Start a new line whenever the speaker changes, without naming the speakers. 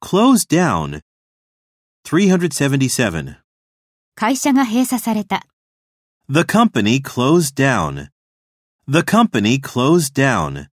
Close down. 377.
会社が閉鎖された。
The company closed down. The company closed down.